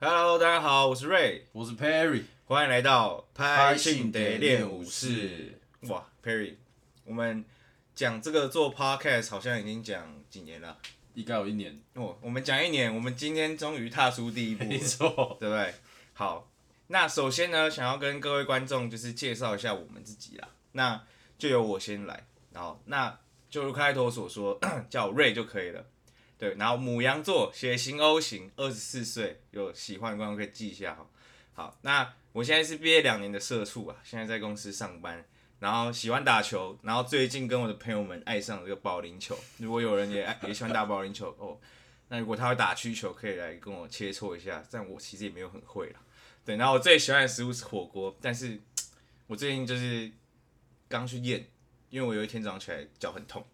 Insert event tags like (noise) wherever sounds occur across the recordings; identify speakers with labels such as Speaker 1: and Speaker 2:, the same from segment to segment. Speaker 1: Hello，大家好，我是 Ray，
Speaker 2: 我是 Perry，
Speaker 1: 欢迎来到拍信得练武
Speaker 2: 武
Speaker 1: 士。
Speaker 2: 士，
Speaker 1: 哇，Perry，我们讲这个做 Podcast 好像已经讲几年了
Speaker 2: 应该有一年，
Speaker 1: 哦，我们讲一年，我们今天终于踏出第一步了，
Speaker 2: 没
Speaker 1: 对
Speaker 2: 错，
Speaker 1: 不对？好，那首先呢，想要跟各位观众就是介绍一下我们自己啦，那就由我先来，然后那就如开头所说，嗯叫我 Ray 就可以了。对，然后母羊座，血型 O 型，二十四岁，有喜欢的观众可以记一下哈。好，那我现在是毕业两年的社畜啊，现在在公司上班，然后喜欢打球，然后最近跟我的朋友们爱上了这个保龄球。如果有人也爱也喜欢打保龄球哦，那如果他会打曲球，可以来跟我切磋一下，但我其实也没有很会啦。对，然后我最喜欢的食物是火锅，但是我最近就是刚去验，因为我有一天早上起来脚很痛，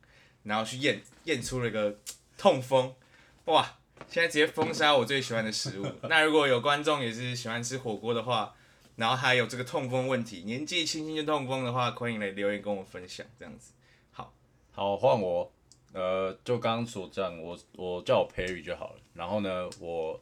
Speaker 1: 然后去验验出了一个痛风，哇！现在直接封杀我最喜欢的食物。那如果有观众也是喜欢吃火锅的话，然后还有这个痛风问题，年纪轻轻就痛风的话，欢迎来留言跟我分享这样子。
Speaker 2: 好，换我。呃，就刚刚所讲，我我叫我 Perry 就好了。然后呢，我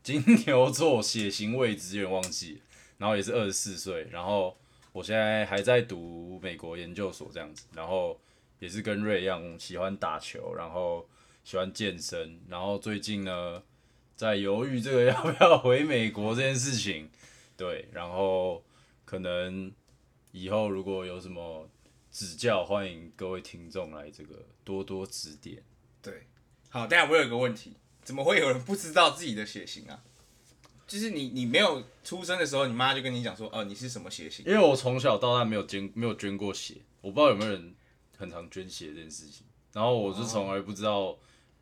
Speaker 2: 金牛座，血型位置有点忘记了，然后也是二十四岁，然后我现在还在读美国研究所这样子，然后也是跟瑞一样喜欢打球，然后喜欢健身，然后最近呢在犹豫这个要不要回美国这件事情，对，然后可能以后如果有什么指教，欢迎各位听众来这个多多指点。
Speaker 1: 对，好，但我有一个问题，怎么会有人不知道自己的血型啊？就是你，你没有出生的时候，你妈就跟你讲说，哦，你是什么血型？
Speaker 2: 因为我从小到大没有捐没有捐过血，我不知道有没有人很常捐血这件事情。然后我是从来不知道，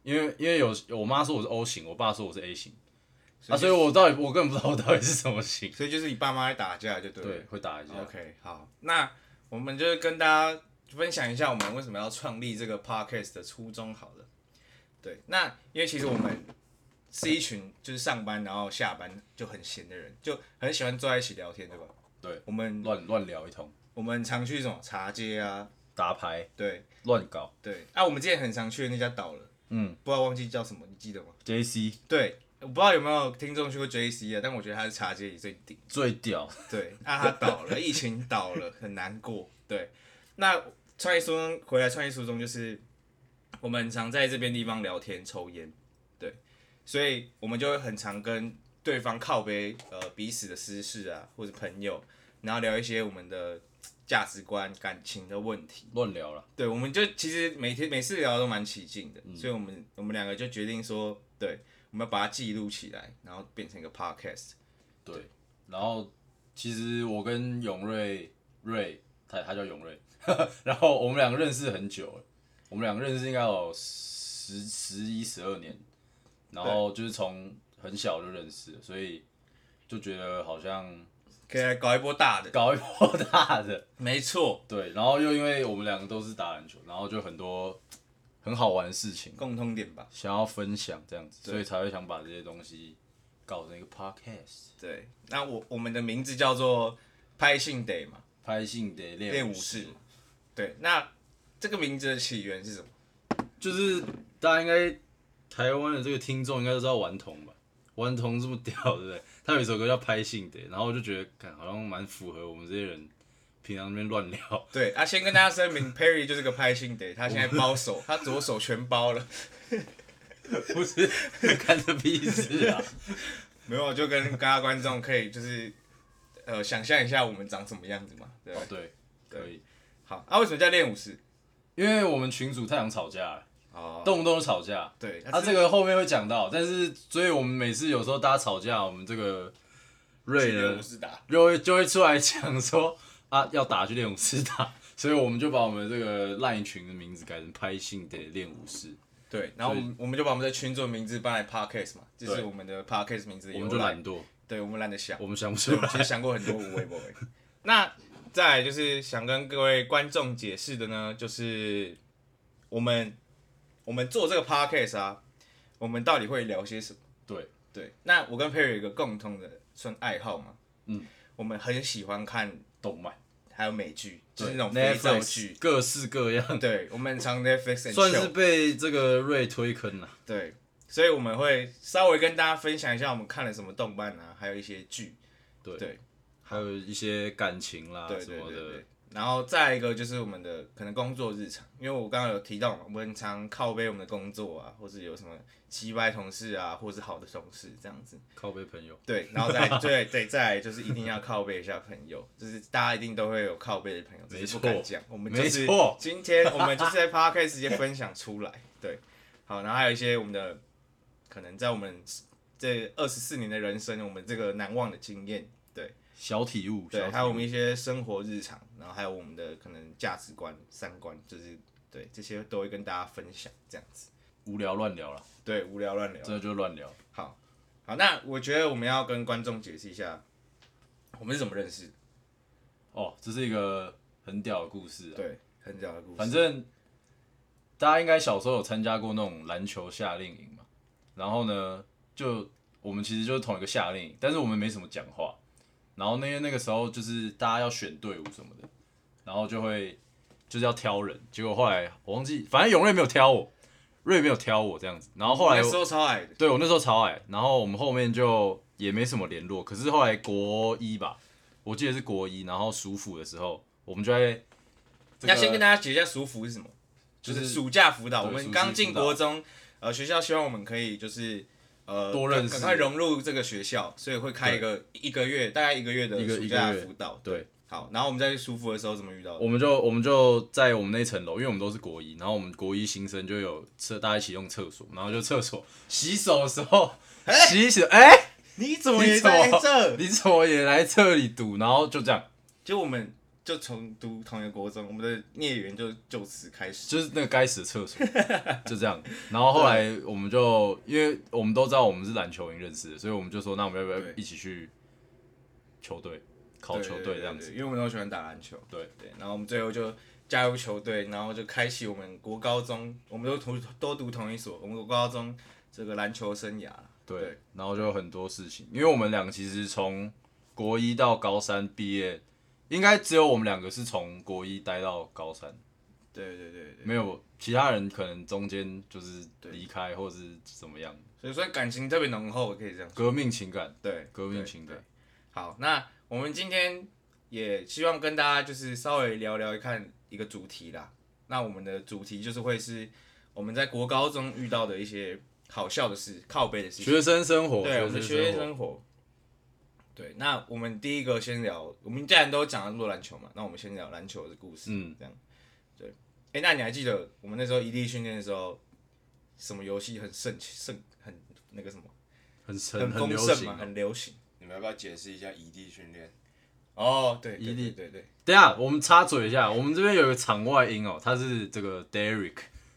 Speaker 2: 因为因为有我妈说我是 O 型，我爸说我是 A 型啊，所以我到底我根本不知道我到底是什么型。
Speaker 1: 所以就是你爸妈在打架就对了。
Speaker 2: 对，会打一下。
Speaker 1: OK，好，那我们就跟大家分享一下我们为什么要创立这个 podcast 的初衷好了。对，那因为其实我们是一群就是上班然后下班就很闲的人，就很喜欢坐在一起聊天，对吧？
Speaker 2: 对，
Speaker 1: 我们
Speaker 2: 乱乱聊一通，
Speaker 1: 我们常去这种茶街啊，
Speaker 2: 打牌
Speaker 1: 对
Speaker 2: 乱搞
Speaker 1: 对，啊，我们之前很常去的那家倒了，
Speaker 2: 嗯，
Speaker 1: 不知道忘记叫什么，你记得吗？
Speaker 2: ，JC
Speaker 1: 对，我不知道有没有听众去过 JC 啊，但我觉得它是茶街里最顶。
Speaker 2: 最屌，
Speaker 1: 对， (laughs) 那他倒了，疫情倒了，很难过。对，那创业初中回来，创业初中就是我们常在这边地方聊天、抽烟，对，所以我们就会很常跟对方靠背，呃，彼此的私事啊，或者朋友，然后聊一些我们的价值观、感情的问题。
Speaker 2: 乱聊了。
Speaker 1: 对，我们就其实每天每次聊得都蛮起劲的，所以我们我们两个就决定说，对，我们要把它记录起来，然后变成一个 podcast。
Speaker 2: 对，然后其实我跟永瑞瑞，他他叫永瑞， (laughs) 然后我们两个认识很久了，我们两个认识应该有十十一十二年，然后就是从很小就认识了，所以就觉得好像
Speaker 1: 可以来搞一波大的，
Speaker 2: 搞一波大的，
Speaker 1: 没错，
Speaker 2: 对，然后又因为我们两个都是打篮球，然后就很多很好玩的事情
Speaker 1: 共通点吧。
Speaker 2: 想要分享这样子，所以才会想把这些东西搞成一个 podcast，
Speaker 1: 对，那我我们的名字叫做拍信 day 嘛，
Speaker 2: 拍信得
Speaker 1: 练
Speaker 2: 练
Speaker 1: 武
Speaker 2: 武
Speaker 1: 士
Speaker 2: 士
Speaker 1: 嘛。对，那这个名字的起源是什么？
Speaker 2: 就是大家应该台湾的这个听众应该都知道顽童吧？顽童这么屌，对不对？ (laughs) 他有一首歌叫《拍信的》，然后我就觉得，看好像蛮符合我们这些人平常那边乱聊。 (laughs)
Speaker 1: 对啊，先跟大家声明 (laughs) ，Perry 就是个拍信 day，他现在包手，他左手全包了， (laughs)
Speaker 2: 不是 (laughs) 干这屁事啊！
Speaker 1: 没有，就跟大家观众可以就是呃想象一下我们长什么样子嘛，对吧
Speaker 2: 哦，对，可以，
Speaker 1: 好，啊，为什么叫练武士？
Speaker 2: 因为我们群主太常吵架了，
Speaker 1: 哦，
Speaker 2: 动不动就吵架。
Speaker 1: 对，
Speaker 2: 他、这个后面会讲到，但是所以我们每次有时候大家吵架，我们这个瑞
Speaker 1: 练
Speaker 2: 呢
Speaker 1: 武士打，
Speaker 2: 就会就会出来讲说啊，要打去练武士打， (laughs) 所以我们就把我们这个烂群的名字改成拍信得练武士，
Speaker 1: 对，然后我们我们就把我们的群众名字搬来 podcast 嘛，就是
Speaker 2: 对
Speaker 1: 我们的 podcast 名字，
Speaker 2: 我们就，懒惰，
Speaker 1: 对我们懒得想。
Speaker 2: 我们想不出
Speaker 1: 对，我 (laughs)
Speaker 2: 来。
Speaker 1: 其实想过很多无微不微。 (laughs) 那再来就是想跟各位观众解释的呢，就是我们我们做这个 podcast 啊，我们到底会聊些什么？
Speaker 2: 对
Speaker 1: 对，那我跟 Perry 有一个共同的算爱好嘛，
Speaker 2: 嗯，
Speaker 1: 我们很喜欢看
Speaker 2: 动漫
Speaker 1: 还有美剧，就是那种肥皂
Speaker 2: Netflix
Speaker 1: 剧。
Speaker 2: 各式各样，
Speaker 1: 对，我们常 Netflix and
Speaker 2: 算是
Speaker 1: chill。
Speaker 2: 被这个瑞推坑了。
Speaker 1: 对，所以我们会稍微跟大家分享一下我们看了什么动漫啊，还有一些剧，
Speaker 2: 对
Speaker 1: 对
Speaker 2: 还有一些感情啦
Speaker 1: 对
Speaker 2: 啊什
Speaker 1: 对
Speaker 2: 么
Speaker 1: 对
Speaker 2: 的
Speaker 1: 对，。然后再一个就是我们的可能工作日常，因为我刚刚有提到嘛，我们常靠背我们的工作啊，或是有什么击败同事啊，或是好的同事这样子。
Speaker 2: 靠背朋友。
Speaker 1: 对，然后再对对，再来就是一定要靠背一下朋友，就是大家一定都会有靠背的朋友，只
Speaker 2: 没
Speaker 1: 是
Speaker 2: 错
Speaker 1: 不敢讲。我们就是
Speaker 2: 没错
Speaker 1: 今天我们就是在 podcast 直接分享出来，对，好，然后还有一些我们的可能在我们这二十四年的人生，我们这个难忘的经验，
Speaker 2: 小体悟，小
Speaker 1: 对，
Speaker 2: 体
Speaker 1: 还有我
Speaker 2: 悟
Speaker 1: 们一些生活日常，然后还有我们的可能价值观、三观，就是对这些都会跟大家分享，这样子，
Speaker 2: 无聊乱聊了，
Speaker 1: 对，无聊乱聊。
Speaker 2: 真的就乱聊。
Speaker 1: 好，好，那我觉得我们要跟观众解释一下，我们是怎么认识的。
Speaker 2: 哦，这是一个很屌的故事、啊。
Speaker 1: 对，很屌的故事。
Speaker 2: 反正大家应该小时候有参加过那种篮球夏令营嘛，然后呢，就我们其实就是同一个夏令营，但是我们没什么讲话。然后那天那个时候就是大家要选队伍什么的，然后就会就是要挑人，结果后来我忘记，反正永瑞没有挑我，瑞没有挑我这样子。然后后来
Speaker 1: 那
Speaker 2: 我
Speaker 1: (laughs) 时候超矮的，
Speaker 2: 对我那时候超矮，然后我们后面就也没什么联络。可是后来国一吧，我记得是国一，然后暑辅的时候，我们就在、这个
Speaker 1: 要先跟大家解释一下暑辅是什么，就
Speaker 2: 就是
Speaker 1: 是暑假辅导。
Speaker 2: 对
Speaker 1: 我们
Speaker 2: 暑期
Speaker 1: 刚进
Speaker 2: 辅导
Speaker 1: 国中，呃，学校希望我们可以就是呃
Speaker 2: 多认识
Speaker 1: 赶快融入这个学校，所以会开一个一个月，大概一个月的
Speaker 2: 一个
Speaker 1: 暑假
Speaker 2: 一个月
Speaker 1: 辅导。
Speaker 2: 对，
Speaker 1: 好，然后我们在暑辅的时候怎么遇到的？
Speaker 2: 我们就我们就在我们那层楼，因为我们都是国一，然后我们国一新生就有厕，大家一起用厕所，然后就厕所洗手的时
Speaker 1: (laughs)
Speaker 2: 候，洗手，哎、
Speaker 1: 你怎
Speaker 2: 你怎么
Speaker 1: 这？
Speaker 2: 你怎么也来这里读？然后就这样，
Speaker 1: 就我们就从读同一个国中，我们的孽缘就就此开始。
Speaker 2: 就是那个该死的厕所，就这样。然后后来我们就，因为我们都知道我们是篮球营认识的，所以我们就说，那我们要不要
Speaker 1: 对
Speaker 2: 一起去球队考球
Speaker 1: 对
Speaker 2: 队
Speaker 1: 对
Speaker 2: 这样
Speaker 1: 对
Speaker 2: 子？
Speaker 1: 因为我们都喜欢打篮球。
Speaker 2: 对
Speaker 1: 对，然后我们最后就加入球队，然后就开启我们国高中，我们都同都读同一所，我们国高中这个篮球生涯。
Speaker 2: 对
Speaker 1: 对，
Speaker 2: 然后就有很多事情，因为我们两个其实从国一到高三毕业，应该只有我们两个是从国一待到高三，
Speaker 1: 对对对对，
Speaker 2: 没有其他人可能中间就是
Speaker 1: 对
Speaker 2: 离开或是怎么样，
Speaker 1: 所以说感情特别浓厚，可以这样说。
Speaker 2: 革命情感，
Speaker 1: 对，
Speaker 2: 革命
Speaker 1: 对
Speaker 2: 情感。
Speaker 1: 好，那我们今天也希望跟大家就是稍微聊聊看一个主题啦。那我们的主题就是会是我们在国高中遇到的一些好笑的事、靠背的事情。
Speaker 2: 学生生活，
Speaker 1: 对，我们
Speaker 2: 生
Speaker 1: 学业
Speaker 2: 活，
Speaker 1: 生活。对，那我们第一个先聊，我们既然都讲了那么多篮球嘛，那我们先聊篮球的故事。
Speaker 2: 嗯，
Speaker 1: 这样。对，哎、那你还记得我们那时候一地训练的时候，什么游戏很盛盛很那个什么
Speaker 2: 很
Speaker 1: 很
Speaker 2: 很很
Speaker 1: 丰
Speaker 2: 流
Speaker 1: 盛
Speaker 2: 行
Speaker 1: 嘛，
Speaker 2: 啊。
Speaker 1: 很流行。
Speaker 3: 你们要不要解释一下
Speaker 1: E
Speaker 3: 异地训练？
Speaker 1: 哦，对，
Speaker 2: 一地
Speaker 1: 对对对
Speaker 2: 等一下，我们插嘴一下，我们这边有一个场外音哦，他是这个 Derek，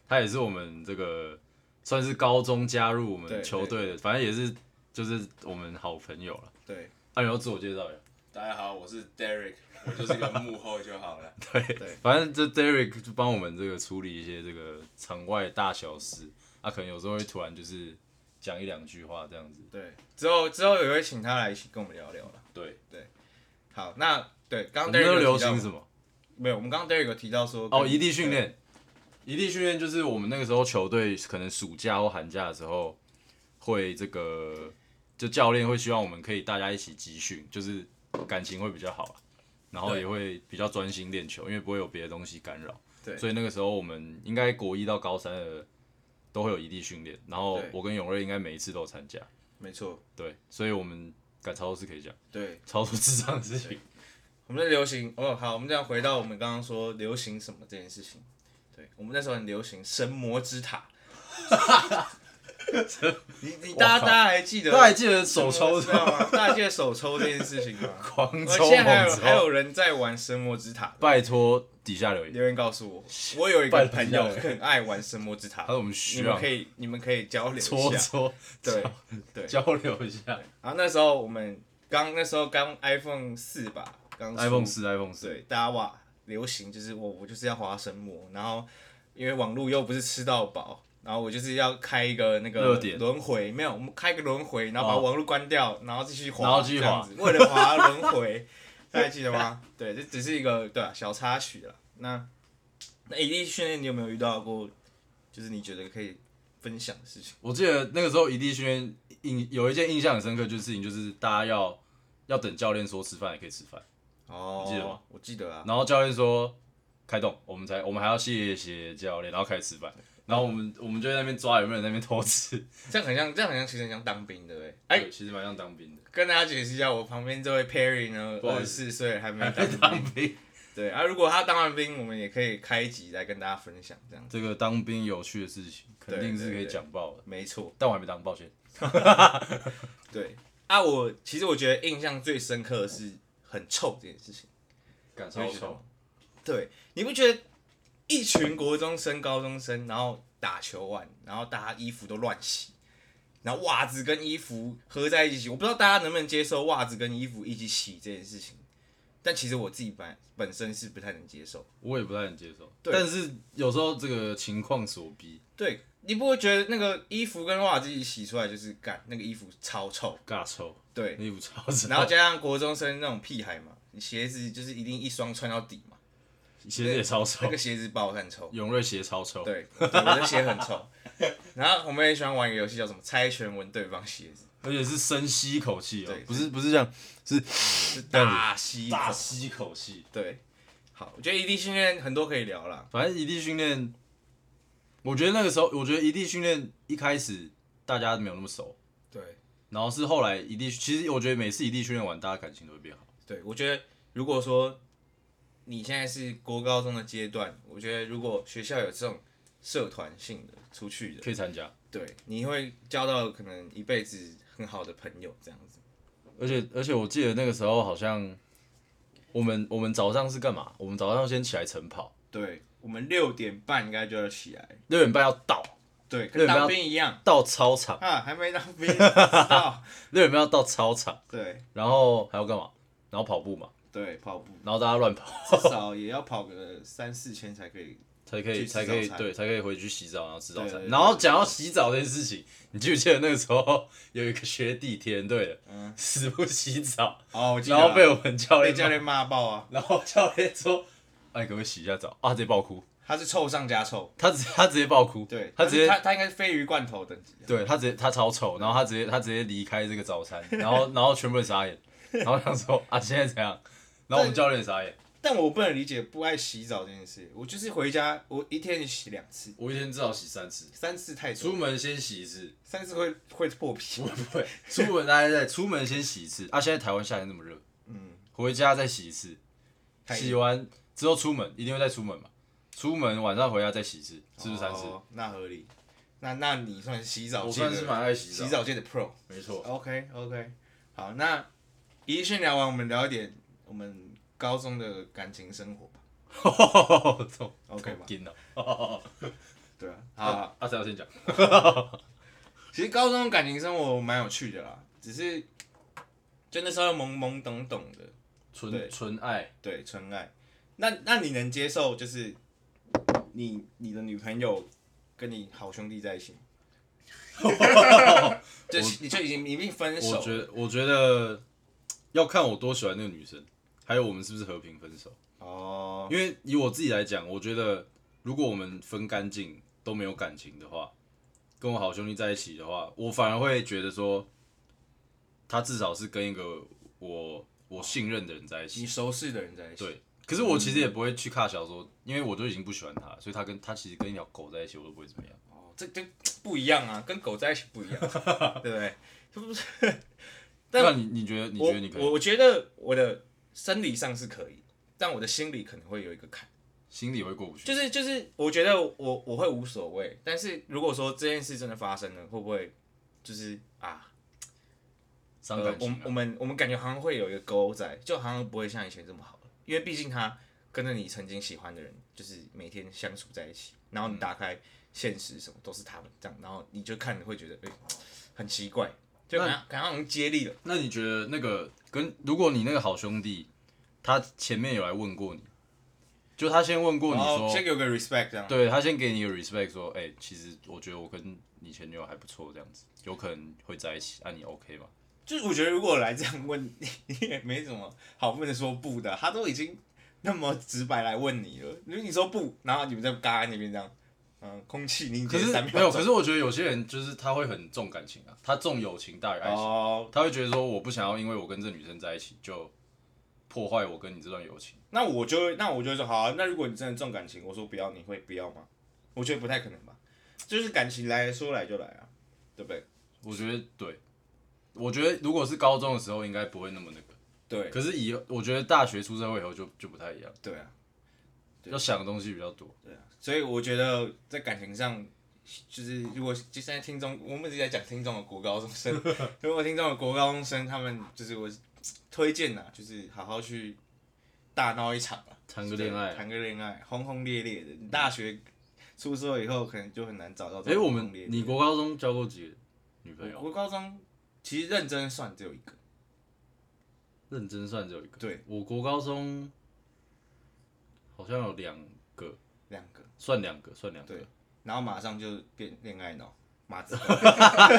Speaker 2: 他也是我们这个算是高中加入我们
Speaker 1: 对
Speaker 2: 球队的，反正也是就是我们好朋友了。
Speaker 1: 对
Speaker 2: 啊，你要自我介绍一下。
Speaker 3: 大家好，我是 Derek，我就是个幕后就好
Speaker 2: (laughs)
Speaker 3: 了。
Speaker 2: 反正这 Derek 就帮我们这个处理一些这个场外大小事，啊，可能有时候会突然就是讲一两句话这样子。
Speaker 1: 对，之后之后也会请他来一起跟我们聊聊了。
Speaker 2: 对，
Speaker 1: 好，那对，
Speaker 2: 我
Speaker 1: 刚
Speaker 2: 们
Speaker 1: 刚 Derek
Speaker 2: 那
Speaker 1: 有
Speaker 2: 流
Speaker 1: 提到
Speaker 2: 行
Speaker 1: 嘛
Speaker 2: 什么？
Speaker 1: 没有，我们刚刚 Derek 有提到说
Speaker 2: 哦，
Speaker 1: 跟
Speaker 2: 异地训练，异地训练就是我们那个时候球队可能暑假或寒假的时候会这个，就教练会希望我们可以大家一起集训，就是感情会比较好啊，然后
Speaker 1: 对
Speaker 2: 也会比较专心练球，因为不会有别的东西干扰。
Speaker 1: 对
Speaker 2: 所以那个时候我们应该国一到高三的都会有异地训练，然后
Speaker 1: 对
Speaker 2: 我跟永瑞应该每一次都有参加，
Speaker 1: 没错，
Speaker 2: 对，所以我们赶超是可以讲
Speaker 1: 对。
Speaker 2: 超出智障的事情，
Speaker 1: 我们的流行哦，好，我们这样回到我们刚刚说流行什么这件事情。对，我们那时候很流行《神魔之塔》 (laughs) 你你大家
Speaker 2: 哇
Speaker 1: 大家还记得？
Speaker 2: 大家还记得手抽
Speaker 1: 知道吗？大家记得手抽这件事情吗？
Speaker 2: (laughs) 狂
Speaker 1: 我
Speaker 2: 抽
Speaker 1: 现在还
Speaker 2: 猛
Speaker 1: 有
Speaker 2: 抽
Speaker 1: 还，有人在玩《神魔之塔
Speaker 2: 拜托底下留》，言。
Speaker 1: 留言告诉我，我有一
Speaker 2: 拜
Speaker 1: 个
Speaker 2: 托
Speaker 1: 朋友很爱玩《神魔之塔
Speaker 2: 他说》，我们
Speaker 1: 你
Speaker 2: 需
Speaker 1: 们
Speaker 2: 要
Speaker 1: 可以你们可以交流
Speaker 2: (laughs) 搓
Speaker 1: 一下。
Speaker 2: 搓 (laughs)
Speaker 1: 对，对
Speaker 2: 交流一下。
Speaker 1: 然后那时候我们刚那时候刚 iPhone 四吧，刚出
Speaker 2: iPhone 四，iPhone 四，
Speaker 1: 对，大家哇，流行就是我我就是要滑神魔，然后因为网络又不是吃到饱，然后我就是要开一个那
Speaker 2: 热
Speaker 1: 个
Speaker 2: 点
Speaker 1: 轮回，没有，我们开一个轮回，然后把
Speaker 2: 哦
Speaker 1: 网络关掉，然后继续滑，
Speaker 2: 然后继续
Speaker 1: 这样
Speaker 2: 滑
Speaker 1: 子，为了滑轮
Speaker 2: (laughs)
Speaker 1: 回，大家记得吗？对，这只是一个对、啊、小插曲了。那那 AD 训练你有没有遇到过？就是你觉得可以分享的事情。
Speaker 2: 我记得那个时候异地训练印有一件印象很深刻，就是事情就是大家要要等教练说吃饭也可以吃饭，
Speaker 1: 哦，
Speaker 2: 你记得吗？
Speaker 1: 我记得啊，
Speaker 2: 然后教练说开动，我们才我们还要谢谢教练，然后开始吃饭，然后我们我们就在那边抓有没有人在那边偷吃，
Speaker 1: 这样很像，这样很像，其实很像当兵，对不对？哎、
Speaker 2: 对其实蛮像当兵的，
Speaker 1: 跟大家解释一下，我旁边这位 Perry 呢，
Speaker 2: 不好
Speaker 1: 二
Speaker 2: 意
Speaker 1: 十
Speaker 2: 思
Speaker 1: 四岁还没 (laughs) 当兵。
Speaker 2: (laughs) 当兵
Speaker 1: 对啊，如果他当完兵，我们也可以开一集来跟大家分享这样子。
Speaker 2: 这个当兵有趣的事情肯定是可以讲爆的，
Speaker 1: 没错，
Speaker 2: 但我还没当，抱歉。
Speaker 1: 对啊，我其实我觉得印象最深刻的是很臭这件事情。
Speaker 2: 感
Speaker 1: 你不觉得吗，对，你不觉得一群国中生、高中生，然后打球玩，然后大家衣服都乱洗，然后袜子跟衣服合在一起洗，我不知道大家能不能接受袜子跟衣服一起洗这件事情，但其实我自己本本身是不太能接受。
Speaker 2: 我也不太能接受。
Speaker 1: 对
Speaker 2: 但是有时候这个情况所逼，
Speaker 1: 对，你不会觉得那个衣服跟袜子一起洗出来就是干那个衣服超臭？
Speaker 2: 尬抽，
Speaker 1: 对，
Speaker 2: 衣服超臭，
Speaker 1: 然后加上国中生那种屁孩嘛，鞋子就是一定一双穿到底嘛，
Speaker 2: 鞋子也超臭
Speaker 1: 那，个鞋子不好看臭。
Speaker 2: 永瑞鞋超臭，
Speaker 1: 对，对我的鞋很臭。 (laughs) 然后我们也喜欢玩一个游戏，叫什么猜拳闻对方鞋子，
Speaker 2: 而且是深吸一口气哦
Speaker 1: 对，
Speaker 2: 不是不是这样，是
Speaker 1: 是大吸一口
Speaker 2: 大吸一口气。
Speaker 1: 对，好，我觉得异地训练很多可以聊啦。
Speaker 2: 反正异地训练，我觉得那个时候，我觉得异地训练一开始大家没有那么熟，
Speaker 1: 对，
Speaker 2: 然后是后来异地，其实我觉得每次异地训练完，大家感情都会变好。
Speaker 1: 对我觉得如果说你现在是国高中的阶段，我觉得如果学校有这种社团性的出去的，
Speaker 2: 可以参加，
Speaker 1: 对，你会交到可能一辈子很好的朋友这样子。
Speaker 2: 而且而且我记得那个时候好像我们我们早上是干嘛？我们早上先起来晨跑，
Speaker 1: 对我们六点半应该就要起来，
Speaker 2: 六点半要到
Speaker 1: 对，
Speaker 2: 六
Speaker 1: 跟
Speaker 2: 点半
Speaker 1: 当兵一样
Speaker 2: 到操场。
Speaker 1: 啊，还没当兵，不知道
Speaker 2: 六点半要到操场，
Speaker 1: 对
Speaker 2: 然后还要干嘛？然后跑步嘛，
Speaker 1: 对，跑步。
Speaker 2: 然后大家
Speaker 1: (laughs)
Speaker 2: 乱跑
Speaker 1: 至少也要跑个三四千才可以。
Speaker 2: 才可以
Speaker 1: 去吃
Speaker 2: 才可以
Speaker 1: 早餐
Speaker 2: 对才可以回去洗澡，然后吃早
Speaker 1: 对
Speaker 2: 餐。
Speaker 1: 对对
Speaker 2: 然后讲到洗澡这件事情，你记不记得那个时候有一个学弟田队的，
Speaker 1: 嗯
Speaker 2: 死不洗澡，
Speaker 1: 哦，我
Speaker 2: 然后被
Speaker 1: 被
Speaker 2: 我们教练
Speaker 1: 教
Speaker 2: 骂，
Speaker 1: 练骂爆啊！
Speaker 2: 然后教练说：“哎，给我洗一下澡啊！”直接爆哭，
Speaker 1: 他是臭上加臭，
Speaker 2: 他直他直接爆哭，
Speaker 1: 对
Speaker 2: 他直接
Speaker 1: 他他应该是鲱鱼罐头等级啊。
Speaker 2: 对他直接他超丑，然后他直接他直接离开这个
Speaker 1: (laughs)
Speaker 2: 早餐，然后然后全部人傻眼，然后想说啊现在怎样？然后我们教练也傻眼，
Speaker 1: 但我不能理解不爱洗澡这件事。我就是回家，我一天洗两次，
Speaker 2: 我一天至少洗三次，
Speaker 1: 三次太
Speaker 2: 出
Speaker 1: 多，
Speaker 2: 门先洗一次，
Speaker 1: 三次会会破皮。
Speaker 2: 不会，出门大家在出门先洗一次啊！现在台湾夏天那么热，
Speaker 1: 嗯，
Speaker 2: 回家再洗一次，
Speaker 1: 太
Speaker 2: 洗完之后出门一定会再出门嘛，出门晚上回家再洗一次，是不是三次？
Speaker 1: 哦那合理。那那你算洗澡
Speaker 2: 我
Speaker 1: 界的，
Speaker 2: 算是蛮爱洗澡
Speaker 1: 洗澡界的 pro。
Speaker 2: 没 (laughs) 错，
Speaker 1: OK OK，好，那一地训聊完，我们聊一点我们高中的感情生活吧。
Speaker 2: 痛
Speaker 1: OK 吧啊
Speaker 2: 劲了。
Speaker 1: 对啊，好啊，
Speaker 2: 啊，阿谁要先讲？
Speaker 1: 其实高中感情生活蛮有趣的啦，只是就那时候懵懵懂懂的，对
Speaker 2: 纯纯爱，
Speaker 1: 对，纯爱。那那你能接受就是你你的女朋友跟你好兄弟在一起吗？
Speaker 2: (laughs)
Speaker 1: 就是你就已经你已经分
Speaker 2: 我
Speaker 1: 手，
Speaker 2: 觉得我觉得要看我多喜欢那个女生，还有我们是不是和平分手。
Speaker 1: 哦，
Speaker 2: 因为以我自己来讲，我觉得如果我们分干净都没有感情的话，跟我好兄弟在一起的话，我反而会觉得说，他至少是跟一个我我信任的人在一
Speaker 1: 你嗯
Speaker 2: 起。
Speaker 1: 熟识的人在一起，
Speaker 2: 对可是我其实也不会去看小说，因为我就已经不喜欢他了，所以他跟他其实跟一条狗在一起，我都不会怎么样。
Speaker 1: 哦，这这不一样啊，跟狗在一起
Speaker 2: (laughs)
Speaker 1: 不一样，对不对？这不是，但
Speaker 2: 那你你觉得你觉得你可
Speaker 1: 我我
Speaker 2: 以
Speaker 1: 我觉得我的生理上是可以，但我的心里可能会有一个坎。
Speaker 2: 心里会过不去？
Speaker 1: 就是就是，我觉得我我会无所谓，但是如果说这件事真的发生了，会不会就是啊，
Speaker 2: 伤
Speaker 1: 呃
Speaker 2: 感
Speaker 1: 我
Speaker 2: 情、
Speaker 1: 们
Speaker 2: 啊
Speaker 1: 我们我们感觉好像会有一个沟在，就好像不会像以前这么好了，因为毕竟他跟着你曾经喜欢的人，就是每天相处在一起，然后
Speaker 2: 嗯
Speaker 1: 你打开现实什么都是他们这样，然后你就看你会觉得哎、很奇怪，就感觉感觉好像接力了，
Speaker 2: 那你觉得那个跟如果你那个好兄弟，他前面有来问过你，就他先问过你
Speaker 1: 然
Speaker 2: 说，
Speaker 1: 后哦先给我个 respect 这样，
Speaker 2: 对他先给你一个 respect，说，哎、其实我觉得我跟你前女友还不错，这样子有可能会在一起，啊，你 OK 吗？
Speaker 1: 就是我觉得如果来这样问，你 (laughs) 你也没什么好不能说不的，他都已经那么直白来问你了，如果你说不，然后你们再嘎在那边这样，嗯，空气凝
Speaker 2: 可
Speaker 1: 结
Speaker 2: 是
Speaker 1: 三秒
Speaker 2: 没有，可
Speaker 1: 钟。
Speaker 2: 是我觉得有些人就是他会很重感情啊，他重友情大于爱情，
Speaker 1: 哦，
Speaker 2: 他会觉得说我不想要因为我跟这女生在一起就破坏我跟你这段友情。
Speaker 1: 那我就会那我就会说好、啊，那如果你真的重感情，我说不要，你会不要吗？我觉得不太可能吧，就是感情来说来就来啊，对不对？
Speaker 2: 我觉得对，我觉得如果是高中的时候应该不会那么那个，
Speaker 1: 对
Speaker 2: 可是以后我觉得大学出社会以后就就不太一样，
Speaker 1: 对啊，
Speaker 2: 要想的东西比较多。
Speaker 1: 所以我觉得在感情上，就是如果就现在听众，我们一直在讲听众的国高中生，如果听众的国高中生，他们就是我推荐呐、就是好好去大闹一场啊，
Speaker 2: 谈个恋爱
Speaker 1: 对谈个恋爱，轰轰烈烈的。你大学出社会以后，可能就很难找到这
Speaker 2: 哎、
Speaker 1: 种
Speaker 2: 我
Speaker 1: 轰轰
Speaker 2: 们
Speaker 1: 烈烈的。
Speaker 2: 你国高中交过几个女朋
Speaker 1: 我
Speaker 2: 友？
Speaker 1: 国高中其实认真算只有一个，
Speaker 2: 认真算只有一个。
Speaker 1: 对，
Speaker 2: 我国高中好像有两个，
Speaker 1: 两个，
Speaker 2: 算两个，算两个
Speaker 1: 对。然后马上就变恋爱脑，马子狗。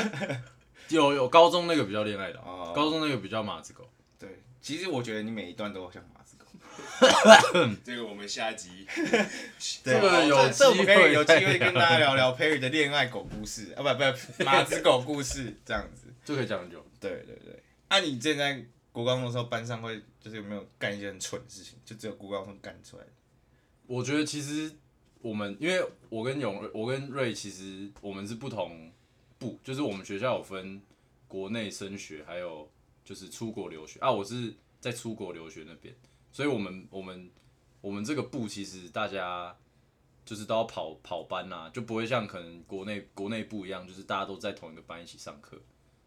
Speaker 1: (laughs)
Speaker 2: 有有高中那个比较恋爱的，啊
Speaker 1: 哦
Speaker 2: 高中那个比较马子狗。
Speaker 1: 对，其实我觉得你每一段都像马子狗。
Speaker 3: 这个我们下集
Speaker 1: (laughs) 对
Speaker 2: 这个有
Speaker 1: 这这我们可以
Speaker 2: 机会
Speaker 1: 有机会跟大家聊聊 Perry 的恋爱狗故事啊，不不，马子狗故事这样子。
Speaker 2: 这可以讲很久。
Speaker 1: (laughs) 对对对，那、啊、你之前在国高中的时候，班上会就是有没有干一些很蠢的事情？就只有国高中干出来的。
Speaker 2: 我觉得其实我们，因为我跟永，我跟瑞，其实我们是不同部，就是我们学校有分国内升学，还有就是出国留学啊。我是在出国留学那边，所以我们我们我们这个部其实大家就是都要跑跑班呐、就不会像可能国内国内部一样，就是大家都在同一个班一起上课。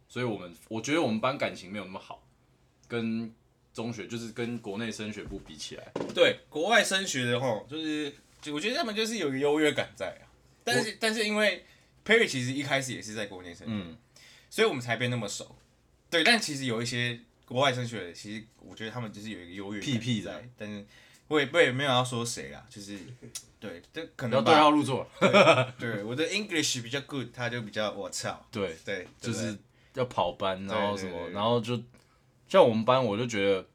Speaker 2: 所以我们我觉得我们班感情没有那么好，跟中学就是跟国内升学部比起来。
Speaker 1: 对，国外升学的话，就是就我觉得他们就是有一个优越感在啊。但是但是因为 Perry 其实一开始也是在国内升学，
Speaker 2: 嗯
Speaker 1: 所以我们才变那么熟。对，但其实有一些国外升学的，其实我觉得他们就是有一个优越感
Speaker 2: 屁屁的
Speaker 1: 在，但是我也我也没有要说谁啦，就是对，这可
Speaker 2: 不要
Speaker 1: 能
Speaker 2: 对啊
Speaker 1: 吧。
Speaker 2: 号入座。
Speaker 1: 对，我的 English 比较 good，他就比较我操，
Speaker 2: 对，
Speaker 1: 对，对
Speaker 2: 就是要跑班，
Speaker 1: 对
Speaker 2: 然后什
Speaker 1: 对
Speaker 2: 么，
Speaker 1: 对
Speaker 2: 然后就像我们班，我就觉得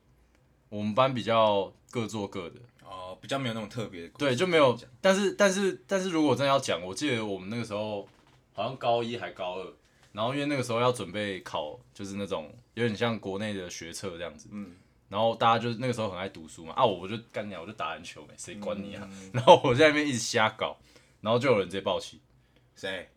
Speaker 2: 我们班比较各做各的，
Speaker 1: 哦，比较没有那种特别的，
Speaker 2: 对，就没有。但是但是但是如果真的要讲，我记得我们那个时候好像高一还高二，然后因为那个时候要准备考，就是那种有点像国内的学测这样子，
Speaker 1: 嗯，
Speaker 2: 然后大家就是那个时候很爱读书嘛，啊，我就干你啊，我就打篮球没，谁管你啊？
Speaker 1: 嗯
Speaker 2: (laughs) 然后我在那边一直瞎搞，然后就有人直接爆气，
Speaker 1: 谁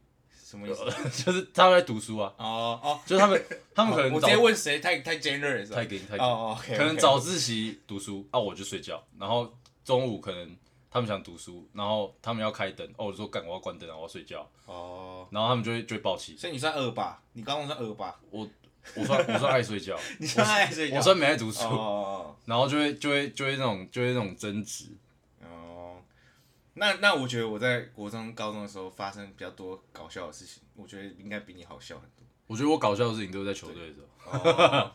Speaker 1: 什么意思？
Speaker 2: (laughs) 就是他们在读书啊，
Speaker 1: 哦哦，
Speaker 2: 就是他们他们可能
Speaker 1: (laughs) 我
Speaker 2: 早
Speaker 1: 直接问谁太太尖锐了是吧
Speaker 2: 太？给你太给
Speaker 1: 哦
Speaker 2: 你。
Speaker 1: 哦，OK，
Speaker 2: 可能早自习读书啊，我就睡觉，然后中午可能他们想读书，然后他们要开灯，哦，我就说干，我要关灯啊，我要睡觉，
Speaker 1: 哦，
Speaker 2: 然后他们就会就会暴 (laughs) 气。
Speaker 1: 所以你算二吧，你刚刚算二吧，
Speaker 2: (laughs) 我我算我算爱睡觉，
Speaker 1: 你算爱睡觉，
Speaker 2: 我算没爱读书，
Speaker 1: 哦。
Speaker 2: 然后就会就会就会那种就会那种争执。
Speaker 1: 哦，那那我觉得我在国中、高中的时候发生比较多搞笑的事情，我觉得应该比你好笑很多。
Speaker 2: 我觉得我搞笑的事情都是在球队的时候，
Speaker 1: 哦、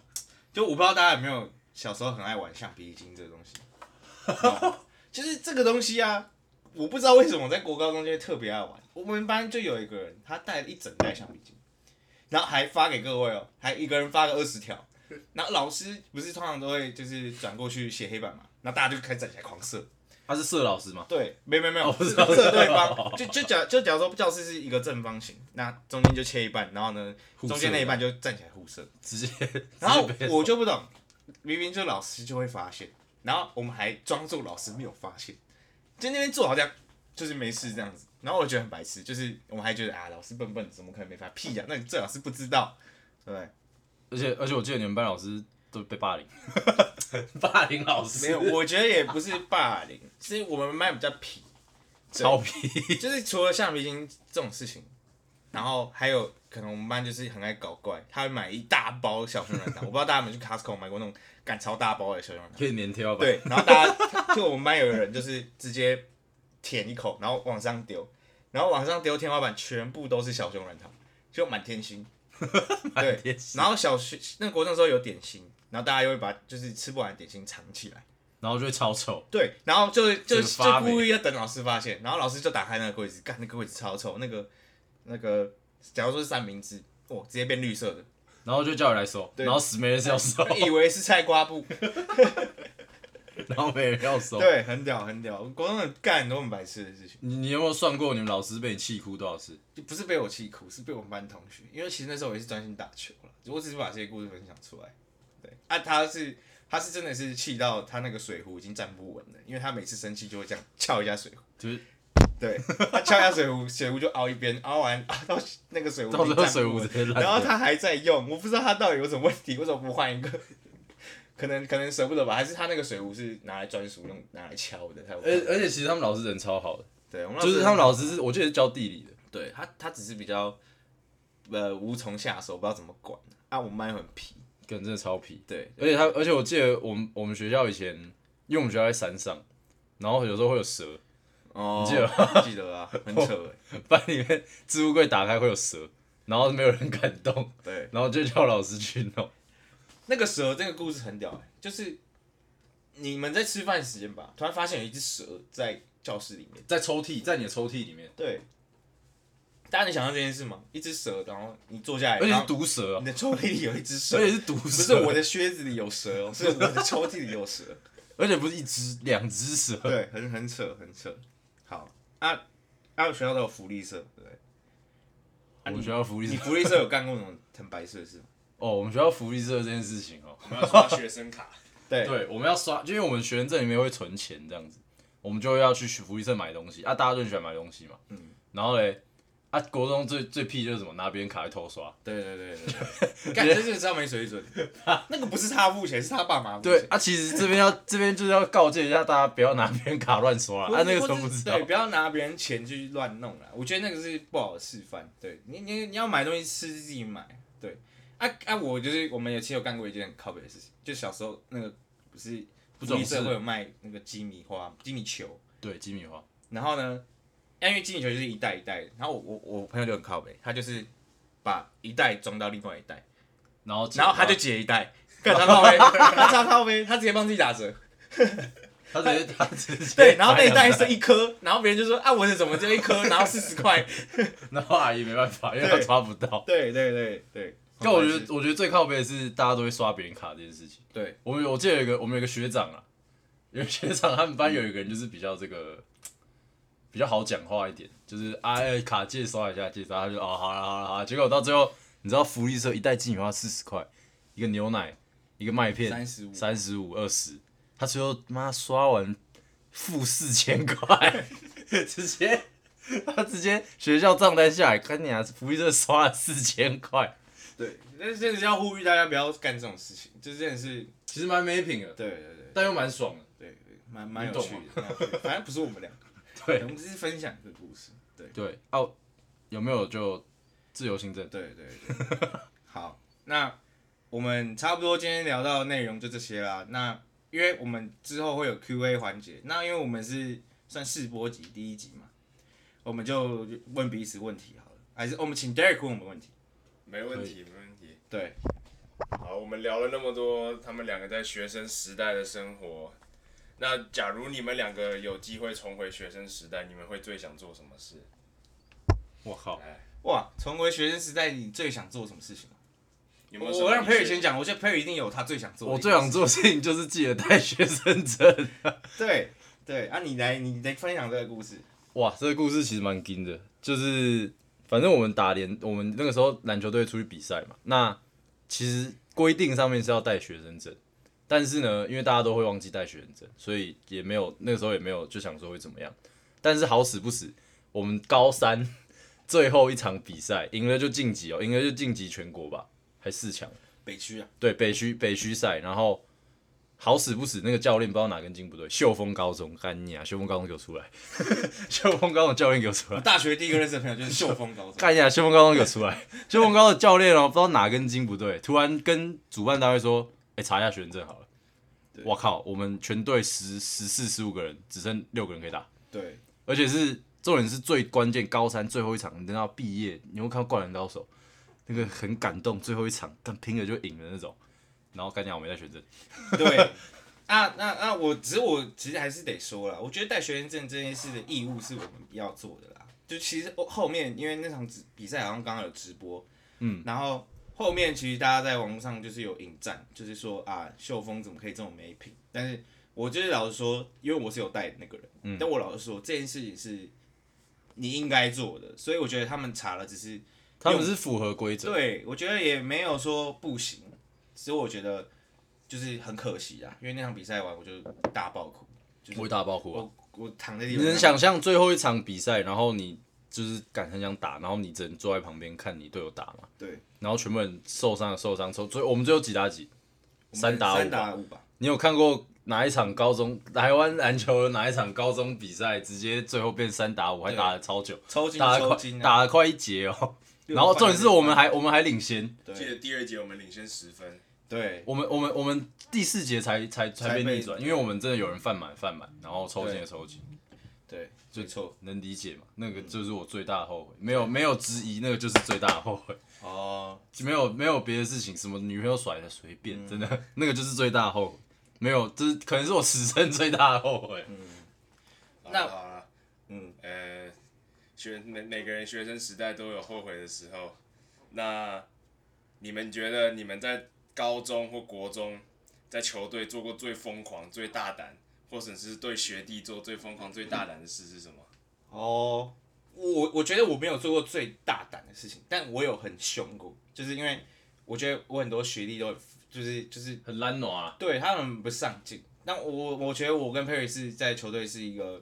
Speaker 1: 就我不知道大家有没有小时候很爱玩橡皮筋这个东西，哦就是这个东西啊，我不知道为什么我在国高中就会特别爱玩。我们班就有一个人，他带了一整袋橡皮筋，然后还发给各位哦，还一个人发个二十条。然后老师不是通常都会就是转过去写黑板嘛，然后大家就开始站起来狂射。
Speaker 2: 他是社老师嘛，
Speaker 1: 对，没没没有，
Speaker 2: 哦不是
Speaker 1: 是射对方，就就假就假如说教室是一个正方形，那中间就切一半，然后呢，
Speaker 2: 互射
Speaker 1: 中间那一半就站起来互射，
Speaker 2: 直接
Speaker 1: 然后
Speaker 2: 直接被
Speaker 1: 我就不懂，明明就老师就会发现，然后我们还装作老师没有发现，就那边做好像就是没事这样子，然后我觉得很白痴，就是我们还觉得啊，老师笨笨，怎么可能没发屁呀、那你最好是不知道，对不对？
Speaker 2: 而且而且我记得你们班老师都被霸凌， (laughs) 霸凌老师
Speaker 1: 没有， (laughs) 我觉得也不是霸凌，是我们班比较皮，
Speaker 2: (laughs) 超 (laughs) 皮。
Speaker 1: 就是除了橡皮筋这种事情，然后还有可能我们班就是很爱搞怪，他会买一大包小熊软糖， (laughs) 我不知道大家有没有去 Costco 买过那种赶超大包的小熊软糖。
Speaker 2: 可以粘贴吧？
Speaker 1: (laughs) 对，然后大家就我们班有个人就是直接舔一口，然后往上丢，然后往上丢天花板全部都是小熊软糖，就满天 (laughs) 星。对，
Speaker 2: 贴纸，
Speaker 1: 然后小学那国中的时候有点心，然后大家又会把就是吃不完的点心藏起来。
Speaker 2: 然后就会超臭。
Speaker 1: 对，然后就就
Speaker 2: 整个发
Speaker 1: 就
Speaker 2: 霉
Speaker 1: 故意要等老师发现，然后老师就打开那个柜子，干那个柜子超臭，那个那个，假如说是三明治，哇，直接变绿色的，
Speaker 2: (laughs) 然后就叫你来收，
Speaker 1: 对
Speaker 2: (laughs) 然后死没人是要收，
Speaker 1: 以为是菜瓜布，
Speaker 2: 然后没人要收。
Speaker 1: 对，很屌很屌，国中的干很多很白痴的事情，
Speaker 2: 你你有没有算过你们老师被你气哭多少次？
Speaker 1: 不是被我气哭，是被我们班同学，因为其实那时候我也是专心打球了，我只是把这些故事分享出来。对，啊，他是他是真的是气到他那个水壶已经站不稳了，因为他每次生气就会这样翘一下水壶，
Speaker 2: 就是
Speaker 1: 对他翘一下水壶，水壶就凹一边，凹完凹到那个水壶
Speaker 2: 到
Speaker 1: 已
Speaker 2: 时
Speaker 1: 经
Speaker 2: 候
Speaker 1: 站不
Speaker 2: 水壶
Speaker 1: 稳
Speaker 2: 直接烂
Speaker 1: 然后
Speaker 2: 掉。
Speaker 1: 他还在用，我不知道他到底有什么问题，为什么不换一个？可能可能舍不得吧，还是他那个水壶是拿来专属用，拿来敲的。他有
Speaker 2: 而而且其实他们老师人超好的，
Speaker 1: 对，我们
Speaker 2: 就是他
Speaker 1: 他
Speaker 2: 们老师是我记得是教地理的，
Speaker 1: 对他他只是比较呃无从下手，不知道怎么管啊。我们班又很皮，
Speaker 2: 跟真的超皮。
Speaker 1: 对，
Speaker 2: 而且他，而且我记得我们我们学校以前，因为我们学校在山上，然后有时候会有蛇，
Speaker 1: 哦，
Speaker 2: 记得
Speaker 1: (laughs) 记得啊，很扯哎，
Speaker 2: 班里面置物柜打开会有蛇，然后没有人敢动，
Speaker 1: 对，
Speaker 2: 然后就叫老师去弄。
Speaker 1: 那个蛇这个故事很屌哎，就是你们在吃饭时间吧，突然发现有一只蛇在教室里面。
Speaker 2: 在抽屉，在你的抽屉里面，
Speaker 1: 对，大家能想象这件事吗？一只蛇，然后你坐下来，
Speaker 2: 而且
Speaker 1: 然
Speaker 2: 是
Speaker 1: 后
Speaker 2: 毒蛇、啊
Speaker 1: 你，的抽屉里有一只蛇
Speaker 2: 而，且是毒蛇，不
Speaker 1: 不是我，的靴子里有蛇哦，是我的抽屉里有蛇。
Speaker 2: 而且不是一只，两只 (laughs) 蛇。
Speaker 1: (laughs) 对，很很扯，很扯。好啊，啊，学校都有福利社，对不对？
Speaker 2: 我们学校福利
Speaker 1: 你
Speaker 2: (laughs) 社，
Speaker 1: 福利社有干过那种很白色的
Speaker 2: (laughs)
Speaker 1: 事吗？
Speaker 2: 哦，我们学校福利社这件事情哦，
Speaker 3: 我们要刷学生卡，
Speaker 1: 对
Speaker 2: 对，我们要刷，就因为我们学生证里面会存钱这样子，我们就要去福利社买东西啊，大家都很喜欢买东西嘛，
Speaker 1: 嗯
Speaker 2: 然后嘞，啊，国中最最屁就是什么，拿别人卡去偷刷，
Speaker 1: 对对对对对，
Speaker 2: (laughs)
Speaker 1: 干这是超没水准。那个不是他付钱，是他爸妈付
Speaker 2: 对
Speaker 1: 钱。
Speaker 2: 啊，其实这边要这边就是要告诫一下大家，不要拿别人卡乱刷
Speaker 1: 或
Speaker 2: 啊，
Speaker 1: 是
Speaker 2: 那个时候
Speaker 1: 或
Speaker 2: 不
Speaker 1: 是
Speaker 2: 知道
Speaker 1: 对，，不要拿别人钱去乱弄啦。我觉得那个是不好的示范。对你，你你要买东西吃自己买。对，啊啊，我就是我们有其实有干过一件很靠北的事情，就小时候那个不是福
Speaker 2: 不懂
Speaker 1: 利
Speaker 2: 事
Speaker 1: 社，会有卖那个鸡米花、鸡米球，
Speaker 2: 对，鸡米花，
Speaker 1: 然后呢，啊因为金鱼球就是一袋一袋的，然后我我我朋友就很靠北，他就是把一袋装到另外一袋，
Speaker 2: 然后
Speaker 1: 然后他就解一袋，干他靠背，哦 (laughs) 他超靠背，他直接帮自己打折，
Speaker 2: 他直接他直接
Speaker 1: 对，然后那一
Speaker 2: 摆
Speaker 1: 袋
Speaker 2: 两
Speaker 1: 剩一颗，然后别人就说啊我的怎么只有一颗，然后四十块，
Speaker 2: (laughs) 然后阿姨没办法，因为她
Speaker 1: 对
Speaker 2: 抓不到。
Speaker 1: (laughs) 对对对对，
Speaker 2: 但我觉得我觉得最靠背的是大家都会刷别人卡这件事情。
Speaker 1: 对，
Speaker 2: 我们有我记得有一个我们有一个学长啊，有个学长他们班有一个人就是比较这个比较好讲话一点，就是啊、哎卡借刷一下借刷，他就哦好了好了好了，结果到最后你知道福利社一袋鸡米花四十块，一个牛奶一个麦片
Speaker 1: 35
Speaker 2: 三十五二十，他最后妈刷完负四千 (laughs) 块，直接。他直接学校账单下来，看你啊，福利社刷了四千块，
Speaker 1: 对，但是真的是要呼吁大家不要干这种事情，这真的是
Speaker 2: 其实蛮没品的，
Speaker 1: 对对对
Speaker 2: 但又蛮爽的。
Speaker 1: 对对，蛮蛮有
Speaker 2: 你懂
Speaker 1: 趣的，蛮有趣的反正不是我们 (laughs) 两个，
Speaker 2: 对
Speaker 1: 我们只是分享这个故事，对。
Speaker 2: 对哦，有没有就自由行政？
Speaker 1: 对对对，好，那我们差不多今天聊到的内容就这些啦。那因为我们之后会有 Q&A 环节，那因为我们是算试播集第一集嘛，我们就问彼此问题好了，还是我们请 Derek 问我们问题？
Speaker 3: 没问题，没问题。
Speaker 1: 对，
Speaker 3: 好，我们聊了那么多他们两个在学生时代的生活。那假如你们两个有机会重回学生时代，你们会最想做什么事？
Speaker 2: 我靠，
Speaker 3: 来，
Speaker 1: 哇，重回学生时代，你最想做什么事情？
Speaker 3: 有没有什么
Speaker 1: 我让
Speaker 3: 你觉
Speaker 1: Perry
Speaker 3: 得
Speaker 1: 先。讲，我觉得 Perry 一定有他最想做的
Speaker 2: 我
Speaker 1: 一件
Speaker 2: 最
Speaker 1: 事。
Speaker 2: 想做的事情就是记得带学生证。 (laughs)
Speaker 1: 对对啊，你来，你来分享这个故事。
Speaker 2: 哇，这个故事其实蛮惊的，就是反正我们打联，我们那个时候篮球队出去比赛嘛，那其实规定上面是要带学生证，但是呢，因为大家都会忘记带学生证，所以也没有那个时候也没有就想说会怎么样，但是好死不死，我们高三最后一场比赛赢了就晋级哦，赢了就晋级全国吧，还四强。
Speaker 1: 北区啊，
Speaker 2: 对北区北区赛，然后好死不死那个教练不知道哪根筋不对，秀峰高中干你啊！秀峰高中给我出来， (laughs) 秀峰高中教练给我出
Speaker 1: 我
Speaker 2: 来，
Speaker 1: 大学第一个认识的朋友就是秀峰高中。
Speaker 2: 干你啊！秀峰高中给我出来，秀峰高中教练哦，不知道哪根筋不对，突然跟主办单位说，哎、查一下学生证好了。我靠，我们全队十十四十五个人，只剩六个人可以打，
Speaker 1: 对
Speaker 2: 而且是重点是最关键，高三最后一场，你等到毕业，你会看到《灌篮高手》，那个很感动，最后一场，但拼了就赢了那种。然后干啊讲我没在选证，
Speaker 1: 对，啊，那那我只是我其实还是得说了，我觉得带学生证这件事的义务是我们要做的啦。就其实后后面因为那场直比赛好像刚刚有直播，
Speaker 2: 嗯，
Speaker 1: 然后后面其实大家在网络上就是有引战，就是说啊秀峰怎么可以这么没品？但是我就是老实说，因为我是有带的那个人，但我老实说这件事情是你应该做的，所以我觉得他们查了只是
Speaker 2: 他们是符合规则，
Speaker 1: 对我觉得也没有说不行，所以我觉得就是很可惜啊，因为那场比赛完我就大爆哭，就是
Speaker 2: 我会大爆哭啊。
Speaker 1: 我我躺在地
Speaker 2: 你
Speaker 1: 板上，
Speaker 2: 能想象最后一场比赛，然后你就是敢很想打，然后你只能坐在旁边看你队友打嘛？
Speaker 1: 对，
Speaker 2: 然后全部人受伤的受伤，从最后我们最后几打几？三打
Speaker 1: 三
Speaker 2: 五吧。
Speaker 1: 打五吧，
Speaker 2: 你有看过哪一场高中台湾篮球有哪一场高中比赛直接最后变三打五，还
Speaker 1: 对
Speaker 2: 打的超久，
Speaker 1: 抽筋
Speaker 2: 打
Speaker 1: 抽
Speaker 2: 了
Speaker 1: 筋
Speaker 2: 快
Speaker 1: 啊！
Speaker 2: 打了快一
Speaker 1: (laughs)
Speaker 2: 节哦。
Speaker 1: 六
Speaker 2: 然后
Speaker 1: 块
Speaker 2: 重点是我们还
Speaker 1: 六
Speaker 2: 我们还领先，
Speaker 1: 块
Speaker 3: 记
Speaker 1: 对
Speaker 3: 得第二节我们领先十分，
Speaker 1: 对
Speaker 2: 我们我们我们第四节才才才
Speaker 1: 才
Speaker 2: 被
Speaker 1: 被
Speaker 2: 逆转，因为我们真的有人犯满犯满，然后抽筋
Speaker 1: 对
Speaker 2: 也抽筋，
Speaker 1: 对，
Speaker 2: 就
Speaker 1: 没错
Speaker 2: 能理解嘛？那
Speaker 1: 嗯
Speaker 2: 个就是我最大的后悔，没有没有之一，那个就是最大的后悔， (laughs)
Speaker 1: 哦，
Speaker 2: 没有没有别的事情，什么女朋友甩了随便，
Speaker 1: 嗯
Speaker 2: 真的 (laughs) 那个就是最大的后悔，没有，这、是可能是我此生最大的后悔。
Speaker 3: 好
Speaker 1: 那
Speaker 3: 了好了，
Speaker 1: 嗯，
Speaker 3: 呃，学每每个人学生时代都有后悔的时候。那你们觉得你们在高中或国中在球队做过最疯狂、最大胆，或者是对学弟做最疯狂、最大胆的事是什么？
Speaker 1: 哦，我我觉得我没有做过最大胆的事情，但我有很凶过，就是因为我觉得我很多学弟都很就是就是
Speaker 2: 很懒惰啊，
Speaker 1: 对他们不上进。但我我觉得我跟 Perry 是在球队是一个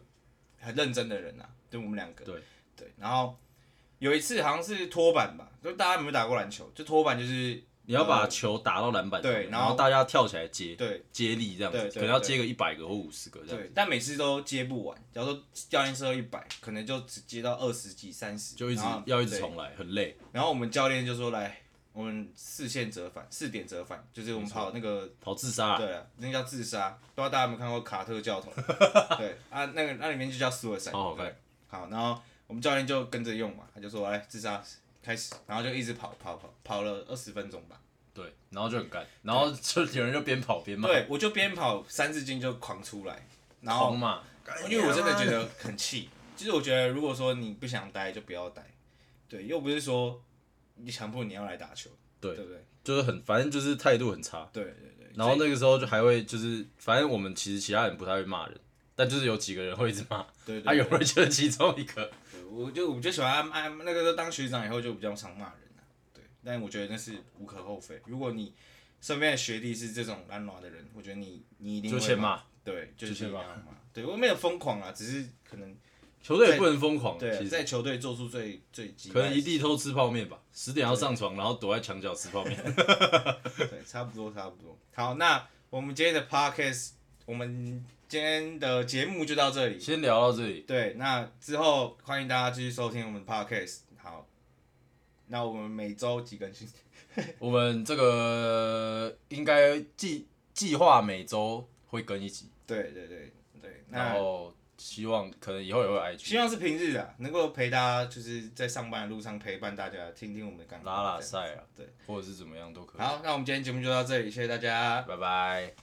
Speaker 1: 很认真的人啊，就我们两个。
Speaker 2: 对
Speaker 1: 对，然后有一次好像是拖板吧，就大家有没有打过篮球？就拖板就是
Speaker 2: 你要把球打到篮板上
Speaker 1: 嗯
Speaker 2: 面，
Speaker 1: 对然
Speaker 2: 然
Speaker 1: 后
Speaker 2: 后大家跳起来接，
Speaker 1: 对
Speaker 2: 接力这样
Speaker 1: 对
Speaker 2: 子，
Speaker 1: 对
Speaker 2: 可能要接个一百个或五十个这样
Speaker 1: 对
Speaker 2: 子，，
Speaker 1: 但每次都接不完。假如说教练射一百，可能就只接到二十几、三十，
Speaker 2: 就一直
Speaker 1: 然后
Speaker 2: 要一直
Speaker 1: 对
Speaker 2: 重来，很累。
Speaker 1: 然后我们教练就说：“来，我们四线折返，四点折返，就是我们跑那个，
Speaker 2: 跑自杀啊，
Speaker 1: 对啊，那叫自杀。不知道大家有没有看过卡特教
Speaker 2: (laughs)
Speaker 1: 头？对啊，那个那里面就叫 suicide。
Speaker 2: 超好看
Speaker 1: 对好，然后我们教练就跟着用嘛，他就说：来，哎自杀开始，然后就一直跑跑跑，跑了二十分钟吧。
Speaker 2: 对，然后就很干，然后就有人就边跑边骂，
Speaker 1: 对，我就边跑三字经就狂出来，然后
Speaker 2: 狂哎骂，
Speaker 1: 因为我真的觉得很气。其实我觉得，如果说你不想待，就不要待。对，又不是说你强迫你要来打球，
Speaker 2: 对
Speaker 1: 对不对？
Speaker 2: 就是很，反正就是态度很差。
Speaker 1: 对对对。
Speaker 2: 然后那个时候就还会就是，反正我们其实其他人不太会骂人，但就是有几个人会一直骂，
Speaker 1: 对对对
Speaker 2: 啊，有人就是其中一个。
Speaker 1: 对我就我就喜欢按那个时候当学长以后就比较常骂人了、对，但我觉得那是无可厚非。如果你身边的学弟是这种懒惰的人，我觉得你你一定会
Speaker 2: 就欠骂，
Speaker 1: 对，就
Speaker 2: 就欠
Speaker 1: 是
Speaker 2: 骂
Speaker 1: 骂。对我没有疯狂啊，只是可能
Speaker 2: 球队也不能疯狂，
Speaker 1: 对啊
Speaker 2: 其实
Speaker 1: 在球队做出最最极
Speaker 2: 可能
Speaker 1: 端
Speaker 2: 一地偷吃泡面吧，十点要上床，然后躲在墙角吃泡面。
Speaker 1: 的对，差不多差不多。好，那我们今天的 podcast，我们今天的节目就到这里。
Speaker 2: 先聊到这里，
Speaker 1: 对，那之后欢迎大家继续收听我们的 podcast。好，那我们每周几更新？
Speaker 2: 我们这个应该计计划每周会更一集，
Speaker 1: 对对对对，那
Speaker 2: 然后希望可能以后也会有
Speaker 1: 希
Speaker 2: IG
Speaker 1: 望是平日啊，能够陪大家就是在上班的路上陪伴大家，听听我们的感觉。
Speaker 2: 拉拉
Speaker 1: 这样
Speaker 2: 赛啊，
Speaker 1: 对，
Speaker 2: 或者是怎么样都可以。
Speaker 1: 好，那我们今天节目就到这里，谢谢大家。
Speaker 2: 拜拜。